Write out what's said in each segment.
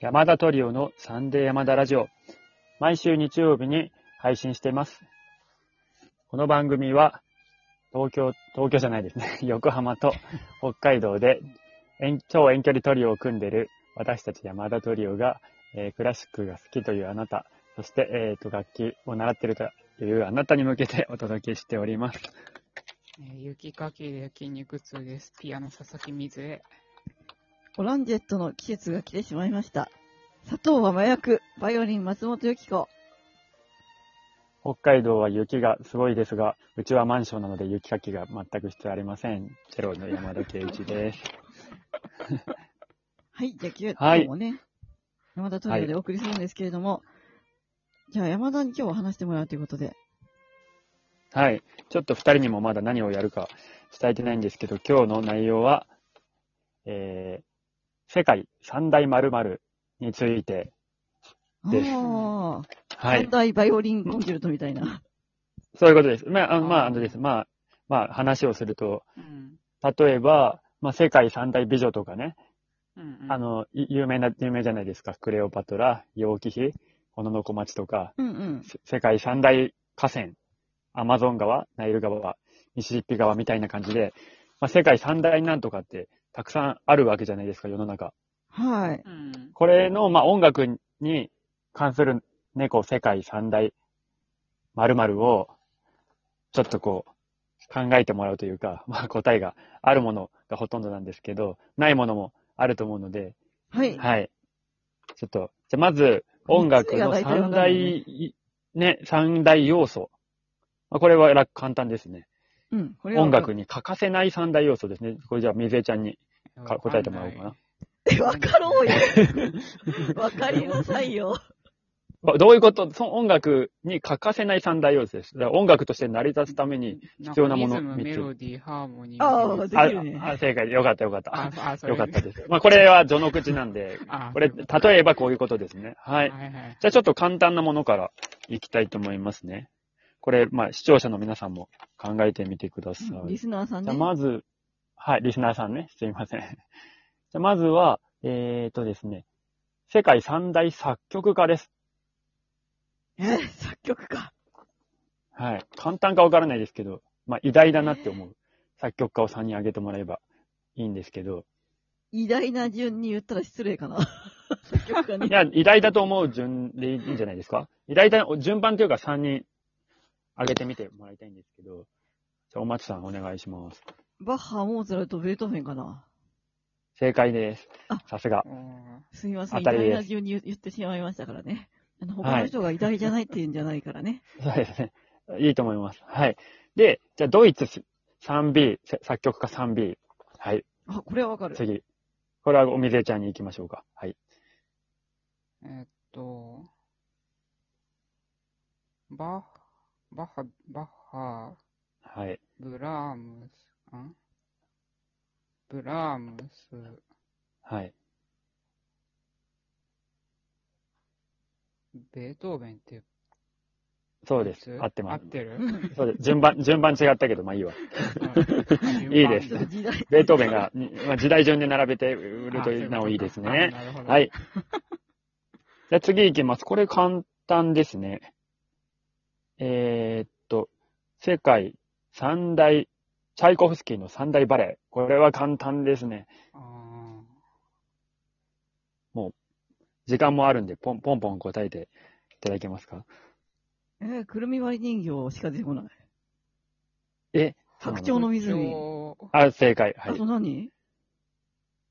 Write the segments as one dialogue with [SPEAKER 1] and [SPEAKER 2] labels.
[SPEAKER 1] 山田トリオのサンデー山田ラジオ。毎週日曜日に配信しています。この番組は、東京、東京じゃないですね。 横浜と北海道で遠超遠距離トリオを組んでいる私たち山田トリオが、えークラシックが好きというあなた、そして、えーと楽器を習っているというあなたに向けて お届けしております。
[SPEAKER 2] えー雪かきで筋肉痛です。ピアノ佐々木水江。
[SPEAKER 3] オランジェットの季節が来てしまいました。砂糖は麻薬、バイオリン松本由紀子。
[SPEAKER 1] 北海道は雪がすごいですが、うちはマンションなので雪かきが全く必要ありません。チェロの山田圭一です。
[SPEAKER 3] はい、じゃあ今日
[SPEAKER 1] はい
[SPEAKER 3] 今日もね、山田トリオでお送りするんですけれども、じゃあ山田に今日は話してもらうということで、
[SPEAKER 1] はい。ちょっと二人にもまだ何をやるか伝えてないんですけど、今日の内容は、えー、世界三大〇〇について、
[SPEAKER 3] あ
[SPEAKER 1] です
[SPEAKER 3] あ、
[SPEAKER 1] は
[SPEAKER 3] 三
[SPEAKER 1] い。
[SPEAKER 3] 大バイオリンコンチェルトみたいな。
[SPEAKER 1] そういうことです。まあ、あのまあ、
[SPEAKER 2] あー
[SPEAKER 1] あのです。まあ、まあ、話をすると、
[SPEAKER 2] うん。
[SPEAKER 1] 例えば、まあ、世界三大美女とかね、
[SPEAKER 2] うん、うん。
[SPEAKER 1] あ、の、い有名な、有名じゃないですか。クレオパトラ、楊貴妃、小野小町とか、
[SPEAKER 3] うんうん。
[SPEAKER 1] せ世界三大河川、アマゾン川、ナイル川、ミシシッピ川みたいな感じで、まあ、世界三大なんとかってたくさんあるわけじゃないですか、世の中。
[SPEAKER 3] はい。
[SPEAKER 2] うん。
[SPEAKER 1] これの、まあ、音楽に関する猫世界三大〇〇を、ちょっとこう、考えてもらうというか、まあ、答えがあるものがほとんどなんですけど、ないものもあると思うので、
[SPEAKER 3] はい。
[SPEAKER 1] はい。ちょっと、じゃあまず、音楽の
[SPEAKER 3] 三つが大
[SPEAKER 1] 三
[SPEAKER 3] 体わかる
[SPEAKER 1] 大、
[SPEAKER 3] よね
[SPEAKER 1] ね、三大要素。まあこれは楽簡単ですね。
[SPEAKER 3] うん、これは
[SPEAKER 1] 音楽に欠かせない三大要素ですね。これじゃあ、水江ちゃんにか
[SPEAKER 2] わん
[SPEAKER 1] 答えてもらおうかな。
[SPEAKER 3] わかろう よ。わかりなさいよ。
[SPEAKER 1] わどういうことそ音楽に欠かせない三大要素です。だから音楽として成り立つために、必要なもの
[SPEAKER 2] んかリズム、
[SPEAKER 1] 三
[SPEAKER 2] メ
[SPEAKER 1] つ
[SPEAKER 2] ロディー、ハーモニー。
[SPEAKER 3] あー
[SPEAKER 2] リズム
[SPEAKER 3] できるね
[SPEAKER 1] あ、あ 正解。よかったよかった。
[SPEAKER 2] あ、あ、それ
[SPEAKER 1] よかったです。まあ、これは序の口なんで、
[SPEAKER 2] あ、
[SPEAKER 1] これ、
[SPEAKER 2] そういう
[SPEAKER 1] 例えばこういうことですね。は
[SPEAKER 2] と
[SPEAKER 1] い。
[SPEAKER 2] はいはい。
[SPEAKER 1] じゃあちょっと簡単なものからいきたいと思いますね。これ、まあ、視聴者の皆さんも考えてみてくださ
[SPEAKER 3] う
[SPEAKER 1] い。
[SPEAKER 3] んリスナーさん
[SPEAKER 1] じゃ
[SPEAKER 3] ね
[SPEAKER 1] あ。まず、はい、リスナーさんね、すいません。じ ゃあまずは、えっ、ー、とですね、世界三大作曲家です。
[SPEAKER 3] え、作曲家。
[SPEAKER 1] はい。簡単かわからないですけど、まあ、偉大だなって思う作曲家を3人挙げてもらえばいいんですけど、
[SPEAKER 3] 偉大な順に言ったら失礼か な。作曲家
[SPEAKER 1] い
[SPEAKER 3] ね。
[SPEAKER 1] や、偉大だと思う順でいいんじゃないですか偉大だ、順番というか3人挙げてみてもらいたいんですけど、じゃあ、お松さんお願いします。
[SPEAKER 3] バッハ、モーツァルト、ベートーフェンかな。
[SPEAKER 1] 正解です
[SPEAKER 3] あ。
[SPEAKER 1] さすが。
[SPEAKER 2] うん
[SPEAKER 3] すみません、偉
[SPEAKER 1] 当たりです
[SPEAKER 3] 大な順に言言ってしまいましたからね。あの他の人が偉大じゃないって言うんじゃないからね。
[SPEAKER 1] そうですね。いいと思います。はい。で、じゃあ、ドイツ 3B、せ作曲家 3B。はい、
[SPEAKER 3] あ、これはわかる。
[SPEAKER 1] 次。これはおみずえちゃんに行きましょうか。はい。
[SPEAKER 2] えーっと、バッ、バッハ、バッハ、
[SPEAKER 1] はい。
[SPEAKER 2] ブラームス、んブラームス、
[SPEAKER 1] はい。
[SPEAKER 2] ベートーベンって、
[SPEAKER 1] そうです
[SPEAKER 2] い。つ
[SPEAKER 1] 合ってます
[SPEAKER 2] 合っ。 てる
[SPEAKER 3] うん
[SPEAKER 1] そうです。順番、順番違ったけど、まあいいわ。
[SPEAKER 2] うん
[SPEAKER 1] いいで
[SPEAKER 3] ちょ
[SPEAKER 1] す
[SPEAKER 3] っと時代。
[SPEAKER 1] ベートーベンが、にまあ、時代順で並べて売るというなおいいですね。。
[SPEAKER 2] あそううことか
[SPEAKER 1] は。い。 じゃあ次行きます。これ簡単ですね。えーっと、世界三大、チャイコフスキーの三大バレエ。これは簡単ですね。
[SPEAKER 2] あー
[SPEAKER 1] 時間もあるんで、ポンポンポン答えていただけますか
[SPEAKER 3] えーくるみ割り人形しか出てこない。
[SPEAKER 1] え
[SPEAKER 3] 白鳥の
[SPEAKER 2] 一
[SPEAKER 3] 湖。
[SPEAKER 2] 応
[SPEAKER 1] あ、正解。は
[SPEAKER 3] あ
[SPEAKER 1] い
[SPEAKER 3] と。何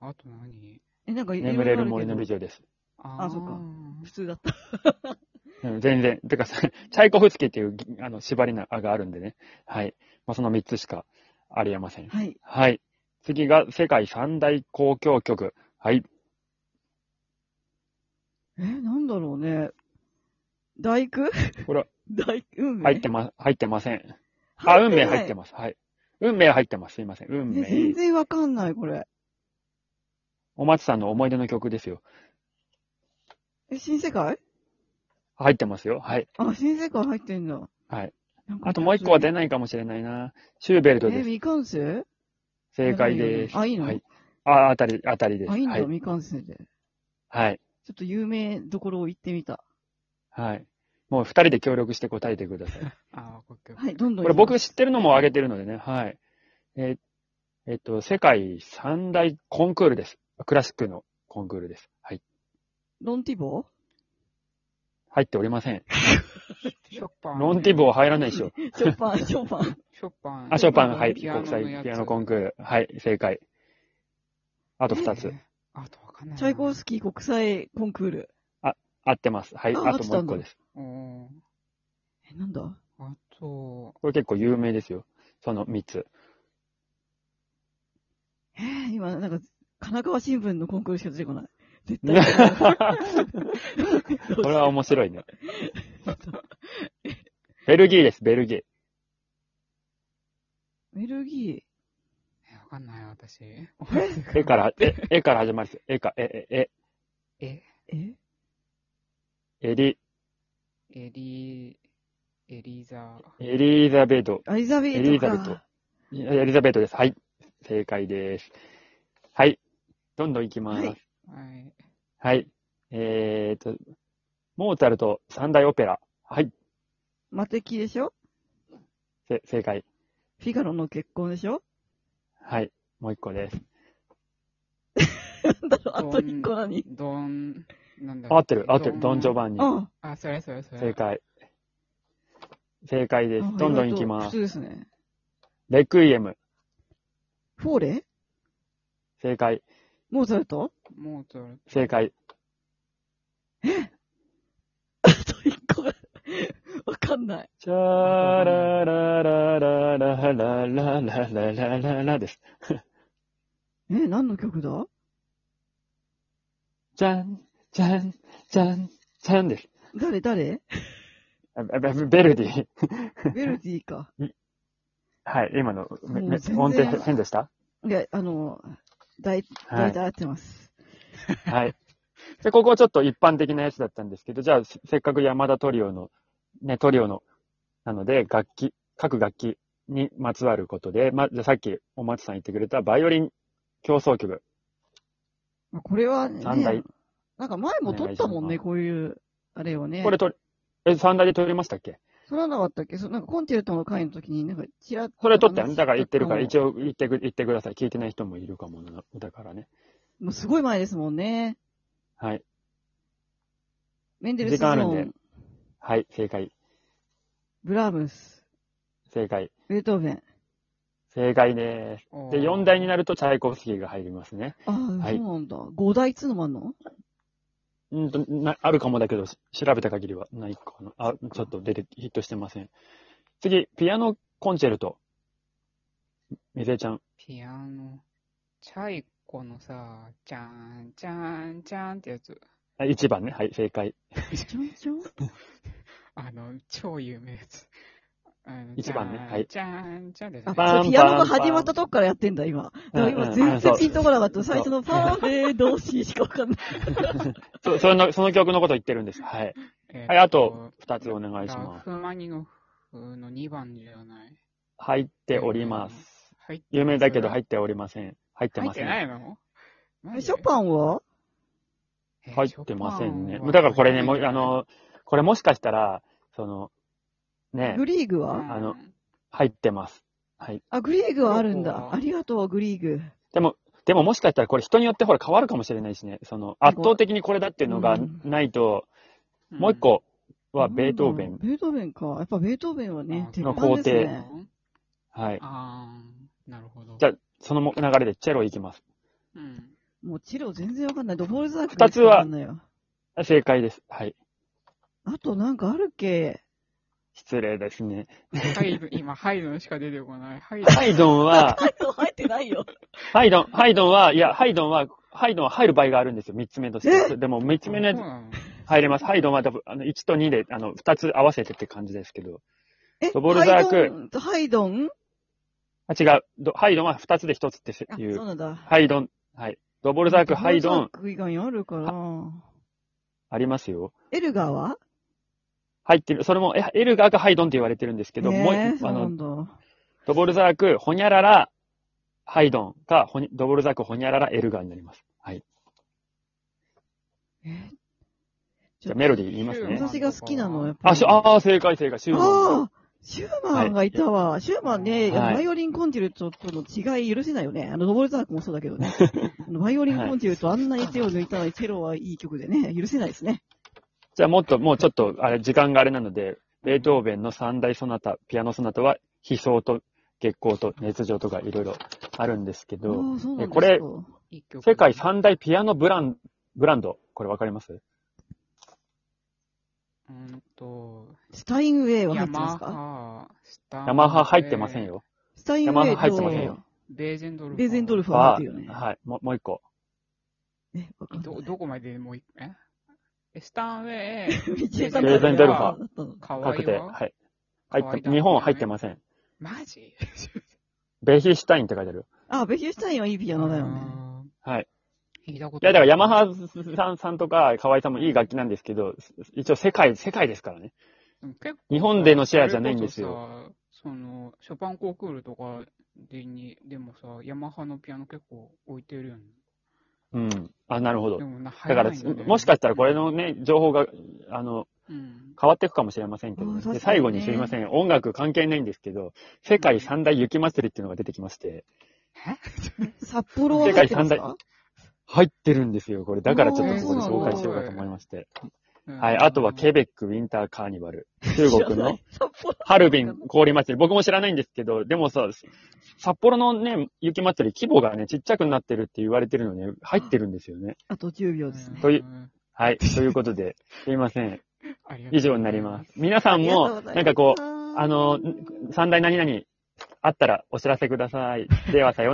[SPEAKER 2] あと何
[SPEAKER 3] え、なんかいろいろ
[SPEAKER 1] 眠
[SPEAKER 3] ある
[SPEAKER 1] れ
[SPEAKER 3] けど
[SPEAKER 1] る森の美女です。
[SPEAKER 2] あ
[SPEAKER 3] あそっか普
[SPEAKER 2] う
[SPEAKER 3] 通だった。
[SPEAKER 1] うん、全然。てか さ、チャイコフスキーっていうあの縛りなあがあるんでね。はい。まあ、その3つしかありえません。
[SPEAKER 3] はい。
[SPEAKER 1] はい。次が世界三大交響曲。はい。
[SPEAKER 3] え、なんだろうね。大工
[SPEAKER 1] これは
[SPEAKER 3] 大工運命
[SPEAKER 1] 入ってま、入ってません。あ、運命入って
[SPEAKER 3] ま
[SPEAKER 1] ます。はい。運命入ってます。すいません。運
[SPEAKER 3] 全
[SPEAKER 1] 命。
[SPEAKER 3] 然わかんない、これ。
[SPEAKER 1] お松さんの思い出の曲ですよ。
[SPEAKER 3] え、新世界
[SPEAKER 1] 入ってますよ。はい。
[SPEAKER 3] あ、新世界入ってんだ。
[SPEAKER 1] はい。
[SPEAKER 3] なんか
[SPEAKER 1] あともう一個は出ないかもしれないな。シューベル
[SPEAKER 3] え
[SPEAKER 1] トです。
[SPEAKER 3] 未完成
[SPEAKER 1] 正解です。
[SPEAKER 3] あいいの
[SPEAKER 1] はい。あ、あたり、あたりです。
[SPEAKER 3] あ、
[SPEAKER 1] はい
[SPEAKER 3] いんだ、
[SPEAKER 1] い。
[SPEAKER 3] 未完成で。
[SPEAKER 1] はい。
[SPEAKER 3] ちょっと有名どころを行ってみた。
[SPEAKER 1] はい。もう二人で協力して答えてください。
[SPEAKER 2] ああ、ご協力
[SPEAKER 3] はい、どんどん。
[SPEAKER 1] これ僕、知ってるのも上げてるのでね、はい。えーえっと、世界三大コンクールです。クラシックのコンクールです。はい。
[SPEAKER 3] ロンティボー
[SPEAKER 1] 入っておりません。
[SPEAKER 2] ショパン。
[SPEAKER 1] ロンティブは入らないでしょ。
[SPEAKER 3] ショパン、ショパン。
[SPEAKER 2] ショパン。
[SPEAKER 1] あ、ショパン、はい。
[SPEAKER 2] ピアノ
[SPEAKER 1] 国
[SPEAKER 2] のやつ
[SPEAKER 1] 際ピアノコンクール。はい、正解。あと二つ。
[SPEAKER 2] えーあとわかんないな。
[SPEAKER 3] チャイコフスキー国際コンクール。
[SPEAKER 1] 合ってます。はい。
[SPEAKER 3] あ
[SPEAKER 1] あともう一個です。
[SPEAKER 2] おー
[SPEAKER 3] え、なんだ
[SPEAKER 2] あと、
[SPEAKER 1] これ結構有名ですよ。その三つ。
[SPEAKER 3] えー、今、なんか、神奈川新聞のコンクールしか出てこない。絶
[SPEAKER 1] こ
[SPEAKER 3] 対。
[SPEAKER 1] れは面白いね。
[SPEAKER 3] どうしよう
[SPEAKER 1] ベルギーです、ベルギー。
[SPEAKER 3] ベルギ
[SPEAKER 2] えわかんない、私。
[SPEAKER 1] 絵から、え、絵から始まります。絵か、え、え、
[SPEAKER 2] え、
[SPEAKER 3] ー、え
[SPEAKER 1] え、エリ、
[SPEAKER 2] エリ、エリザ、
[SPEAKER 1] エリザベート。
[SPEAKER 3] アリザベートか。
[SPEAKER 1] エリザベートエリザベートです。はい。正解です。はい。どんどんいきます。
[SPEAKER 3] は
[SPEAKER 1] はいい。
[SPEAKER 2] はい。
[SPEAKER 1] えーと、モーツァルト三大オペラ。はい。
[SPEAKER 3] マテキでしょ
[SPEAKER 1] せ正解。
[SPEAKER 3] フィガロの結婚でし ょ
[SPEAKER 1] はい。もう一個です。
[SPEAKER 3] なんだろう、あと一個何
[SPEAKER 2] ドン、なんだ
[SPEAKER 1] 合ってる、合ってる。ドン・ジョ
[SPEAKER 2] バ。
[SPEAKER 1] バンニ。
[SPEAKER 3] あ
[SPEAKER 2] あ、それそれそれ。
[SPEAKER 1] 正解。正解です
[SPEAKER 3] あ。。
[SPEAKER 1] どんどんいきま
[SPEAKER 3] 普
[SPEAKER 1] す。
[SPEAKER 3] 通ですね。
[SPEAKER 1] レクイエム。
[SPEAKER 3] フォーレ
[SPEAKER 1] 正解。
[SPEAKER 3] モーツァルト
[SPEAKER 2] モーツァル
[SPEAKER 1] 正解。
[SPEAKER 3] あと一個が、わかんない。
[SPEAKER 1] チャーララララララララララララです。
[SPEAKER 3] え、何の曲だ
[SPEAKER 1] じゃん、じゃん、じゃん、じゃんです。
[SPEAKER 3] 誰誰
[SPEAKER 1] ああベルディ。
[SPEAKER 3] ベルディか。
[SPEAKER 1] はい、今の、め
[SPEAKER 3] もう
[SPEAKER 1] め
[SPEAKER 3] 全然
[SPEAKER 1] 音程変でした
[SPEAKER 3] いや、あの、
[SPEAKER 1] は
[SPEAKER 3] 大、大
[SPEAKER 1] い。
[SPEAKER 3] 体合ってます。
[SPEAKER 1] はい。で、ここちょっと一般的なやつだったんですけど、じゃあ、せせっかく山田トリオの、ね、トリオの、なので、楽器、各楽器にまつわることで、ま、じゃあさっきお松さん言ってくれたバイオリン競争曲。
[SPEAKER 3] まあこれはね、
[SPEAKER 1] 三大
[SPEAKER 3] なんか前も撮ったもんね、こういう、あれをね。
[SPEAKER 1] これとり、え、三大で取りましたっけ
[SPEAKER 3] 撮らなかったっけそなんかコンチェルトの回の時に、なんか、ちらっと
[SPEAKER 1] それ取ったよね。だから言ってるから、
[SPEAKER 3] 話し
[SPEAKER 1] 一応言ってく、言ってください。聞いてない人もいるかもな、だからね。
[SPEAKER 3] もうすごい前ですもんね。
[SPEAKER 1] はい。
[SPEAKER 3] メンデルス
[SPEAKER 1] 時間あるん
[SPEAKER 3] ゾ
[SPEAKER 1] で
[SPEAKER 3] ーン、
[SPEAKER 1] はい、正解。
[SPEAKER 3] ブラームス、
[SPEAKER 1] 正解。
[SPEAKER 3] ベートーベン。
[SPEAKER 1] 正解です。
[SPEAKER 2] ト。
[SPEAKER 1] で、四大になるとチャイコフスキーが入りますね。
[SPEAKER 3] ああ、
[SPEAKER 1] はい
[SPEAKER 3] そうなんだ。五大っつうのもあんの
[SPEAKER 1] うんと、な、あるかもだけど、し調べた限りはないかな。あ、ちょっと出て、ヒットしてません。次、ピアノコンチェルト。みずえちゃん。
[SPEAKER 2] ピアノ、チャイコのさ、じゃん、じゃん、じゃんってやつ。
[SPEAKER 1] あ1番ね。はい、正解。
[SPEAKER 3] ちょんちょん
[SPEAKER 2] あの、超有名なやつ。あの
[SPEAKER 1] 一番ね
[SPEAKER 2] じゃん
[SPEAKER 1] はい
[SPEAKER 2] じゃん、じゃんってやつ
[SPEAKER 3] あ、
[SPEAKER 2] ね。
[SPEAKER 1] バン
[SPEAKER 3] そうピアノが始まったとこからやってんだ、今。だから
[SPEAKER 1] うんう
[SPEAKER 3] 今
[SPEAKER 1] ん
[SPEAKER 3] 全然
[SPEAKER 1] あ
[SPEAKER 3] ピンとこなかった。
[SPEAKER 1] そう
[SPEAKER 3] 最初のパーフェードーシーしか わかんない。
[SPEAKER 1] そ、その、その曲のこと言ってるんです。はい。
[SPEAKER 2] えっと
[SPEAKER 1] はい、あと、2つお願いし
[SPEAKER 2] ラ
[SPEAKER 1] ます。
[SPEAKER 2] フマニノフの2番じゃない。
[SPEAKER 1] 入っております。
[SPEAKER 2] 入っ
[SPEAKER 1] 有名だけど入っておりません。入って
[SPEAKER 2] 入
[SPEAKER 1] ま
[SPEAKER 2] っ
[SPEAKER 1] せ
[SPEAKER 2] て
[SPEAKER 1] ん。
[SPEAKER 2] ないの
[SPEAKER 3] えショパンは
[SPEAKER 2] ン
[SPEAKER 1] 入ってませんね。だからこれね、もう、あ、の、これもしかしたら、その、ね
[SPEAKER 3] グ、リーグ
[SPEAKER 2] えショパン
[SPEAKER 3] は
[SPEAKER 2] は
[SPEAKER 1] あの
[SPEAKER 2] うん
[SPEAKER 1] 入ってます。はい。
[SPEAKER 3] あ、グリーグはあるん
[SPEAKER 2] そう
[SPEAKER 3] だ。
[SPEAKER 2] か
[SPEAKER 3] ありがとう、グリーグ。
[SPEAKER 1] でも、でももしかしたらこれ人によってほら変わるかもしれないしね。その、圧倒的にこれだっていうのが
[SPEAKER 3] うん
[SPEAKER 1] ないと、もう一、個はベートーベ
[SPEAKER 3] なん
[SPEAKER 1] ン
[SPEAKER 3] だ。ろうベートーベンか。やっぱベートーベンはね
[SPEAKER 2] あ、
[SPEAKER 3] 鉄
[SPEAKER 1] の
[SPEAKER 3] 板です
[SPEAKER 2] うん
[SPEAKER 1] で
[SPEAKER 3] ね。
[SPEAKER 1] はい。
[SPEAKER 2] あー、なるほど。
[SPEAKER 1] じゃあその流れでチェロいきます。
[SPEAKER 2] うん。
[SPEAKER 3] もうチロ全然わかんない。ドボルザーク
[SPEAKER 1] 二つは
[SPEAKER 3] わかんないよ。
[SPEAKER 1] 正解です。はい。
[SPEAKER 3] あとなんかあるっけ
[SPEAKER 1] 失礼です ね。
[SPEAKER 2] ハイドン、今、ハイドンしか出てこない。ハイドン。
[SPEAKER 1] ハイドンは、
[SPEAKER 3] 入ってないよ。
[SPEAKER 1] ハイドン、ハイドンは、いや、ハイドンは、ハイドンは入る場合があるんですよ。三つ目として。でも三つ目のやつ
[SPEAKER 2] そうなの
[SPEAKER 1] 入れます。ハイドンは多分、あの、1と2で、あの、2つ合わせてって感じですけど。
[SPEAKER 3] え
[SPEAKER 1] ドボルザーク
[SPEAKER 3] ハイドンとハイドン
[SPEAKER 1] あ、違う。どハイドンは2つで1つって
[SPEAKER 3] あ、
[SPEAKER 1] い
[SPEAKER 3] そう
[SPEAKER 1] う。
[SPEAKER 3] なんだ。
[SPEAKER 1] ハイドン、はい。ドボルザーク、ハイド
[SPEAKER 3] ドボル
[SPEAKER 1] ン、
[SPEAKER 3] ザーク以外にあるから。
[SPEAKER 1] ありますよ。
[SPEAKER 3] エルガーは
[SPEAKER 1] 入ってる。それも、えエルガーがハイドンって言われてるんですけど、
[SPEAKER 3] ねえ
[SPEAKER 1] もう一
[SPEAKER 3] そ
[SPEAKER 1] あ
[SPEAKER 3] うな
[SPEAKER 1] の、
[SPEAKER 3] んだ。
[SPEAKER 1] ドボルザーク、ホニャララ、ハイドンか、ホニドボルザーク、ホニャララ、エルガーになります。はい。
[SPEAKER 3] え、
[SPEAKER 1] じゃあメロディー言います
[SPEAKER 2] シュー
[SPEAKER 1] ね
[SPEAKER 2] マン。
[SPEAKER 3] 私が好きなのはやっぱり。
[SPEAKER 1] あ、しあー、正解、正解、シューマン。
[SPEAKER 3] ああシューマンがいたわ。シューマンね、
[SPEAKER 1] はい
[SPEAKER 3] バイオリンコンチェルトとの違い許せないよね。あの、登るザークもそうだけ どね。あのバイオリンコンチェルトあんなに手を抜いたのにテロはいい曲でね、許せないですね。
[SPEAKER 1] じゃあもっと、もうちょっと、あれ、時間があれなので、ベートーベンの三大ソナタ、ピアノソナタは、悲壮と月光と熱情とかいろいろあるんですけ
[SPEAKER 3] ああ
[SPEAKER 1] ど、
[SPEAKER 3] ー、そうなんです
[SPEAKER 1] えこれ
[SPEAKER 2] いい曲。
[SPEAKER 1] 世界三大ピアノブランブランド、これわかります
[SPEAKER 2] うーんと、
[SPEAKER 3] スタインウェイは入
[SPEAKER 2] ヤ
[SPEAKER 3] ってま
[SPEAKER 2] マ
[SPEAKER 3] すか
[SPEAKER 2] ハ、スタ
[SPEAKER 1] ヤマハ入ってません。よ。
[SPEAKER 3] スタイン
[SPEAKER 1] ヤ
[SPEAKER 3] ウェ
[SPEAKER 1] マ
[SPEAKER 3] イ
[SPEAKER 1] ハ
[SPEAKER 3] と
[SPEAKER 1] 入ってませんよ。
[SPEAKER 2] ベーゼンドルフ。
[SPEAKER 3] ベーゼンドル
[SPEAKER 2] フ。
[SPEAKER 3] フは入ってるよね。
[SPEAKER 1] はい。もうもう一個。
[SPEAKER 3] ね、わかんない
[SPEAKER 2] ど、どこまでもう一ええスタンウェイ、
[SPEAKER 3] ベ
[SPEAKER 2] ーゼンドルファ
[SPEAKER 3] だったの
[SPEAKER 2] かわい
[SPEAKER 1] 確
[SPEAKER 2] い
[SPEAKER 1] 定。
[SPEAKER 2] わ。
[SPEAKER 1] はい。
[SPEAKER 2] 可愛
[SPEAKER 1] 入
[SPEAKER 2] い
[SPEAKER 1] っ
[SPEAKER 2] だ
[SPEAKER 1] て、
[SPEAKER 2] ろうね
[SPEAKER 1] 日本は入ってません。
[SPEAKER 2] マジ
[SPEAKER 1] ベヒシュタインって書いてある。
[SPEAKER 3] あ、ベヒュースタインはいいピアノだよね。
[SPEAKER 2] あー
[SPEAKER 1] はい。
[SPEAKER 2] 聞いたこ
[SPEAKER 1] い
[SPEAKER 2] と
[SPEAKER 1] や、だからヤマ
[SPEAKER 2] ハ、
[SPEAKER 1] ハさんさんとか、河合さんもいい楽器なんですけど、一応世界、世界ですからね。
[SPEAKER 2] うん結構
[SPEAKER 1] 日本でのシェアじゃないんですよ。
[SPEAKER 2] よ。その、ショパンコンクールとかでに、でもさ、ヤマハのピアノ結構置いてるよね。
[SPEAKER 1] うん。あ、なるほど
[SPEAKER 2] で。もな、
[SPEAKER 1] だから、
[SPEAKER 2] 入らないんだよね
[SPEAKER 1] もしかしたらこれ、のね、情報が、あの、
[SPEAKER 2] うん。
[SPEAKER 1] 変わっていくかもしれませんけど、
[SPEAKER 3] うん確かに
[SPEAKER 1] で
[SPEAKER 3] ね
[SPEAKER 1] 最後にすいません、音楽関係ないんですけど、世界三大雪祭りっていうのが出てきまして、
[SPEAKER 3] 札幌は入ってま
[SPEAKER 1] 世
[SPEAKER 3] す
[SPEAKER 1] 界三
[SPEAKER 3] か
[SPEAKER 1] 入ってるんですよ、これ。だからちょっとここで
[SPEAKER 3] おー
[SPEAKER 1] 紹介しようかと思いまして。
[SPEAKER 2] うん
[SPEAKER 1] はい。あとは、ケベックウィンターカーニバル。中国
[SPEAKER 3] 知らな
[SPEAKER 1] の
[SPEAKER 3] い 札幌
[SPEAKER 1] ハルビン氷祭り。僕も知らないんですけど、でもさ、札幌のね、雪祭り、規模がね、ちっちゃくなってるって言われてるのに、入ってるんですよね。
[SPEAKER 3] あと10秒 ですね。
[SPEAKER 1] とい
[SPEAKER 2] うん
[SPEAKER 1] はい。ということで、 すいません。
[SPEAKER 2] ありがとう
[SPEAKER 1] 以上になります。皆さんも、なんかこう、あの、三大何々あったらお知らせください。では、さようなら。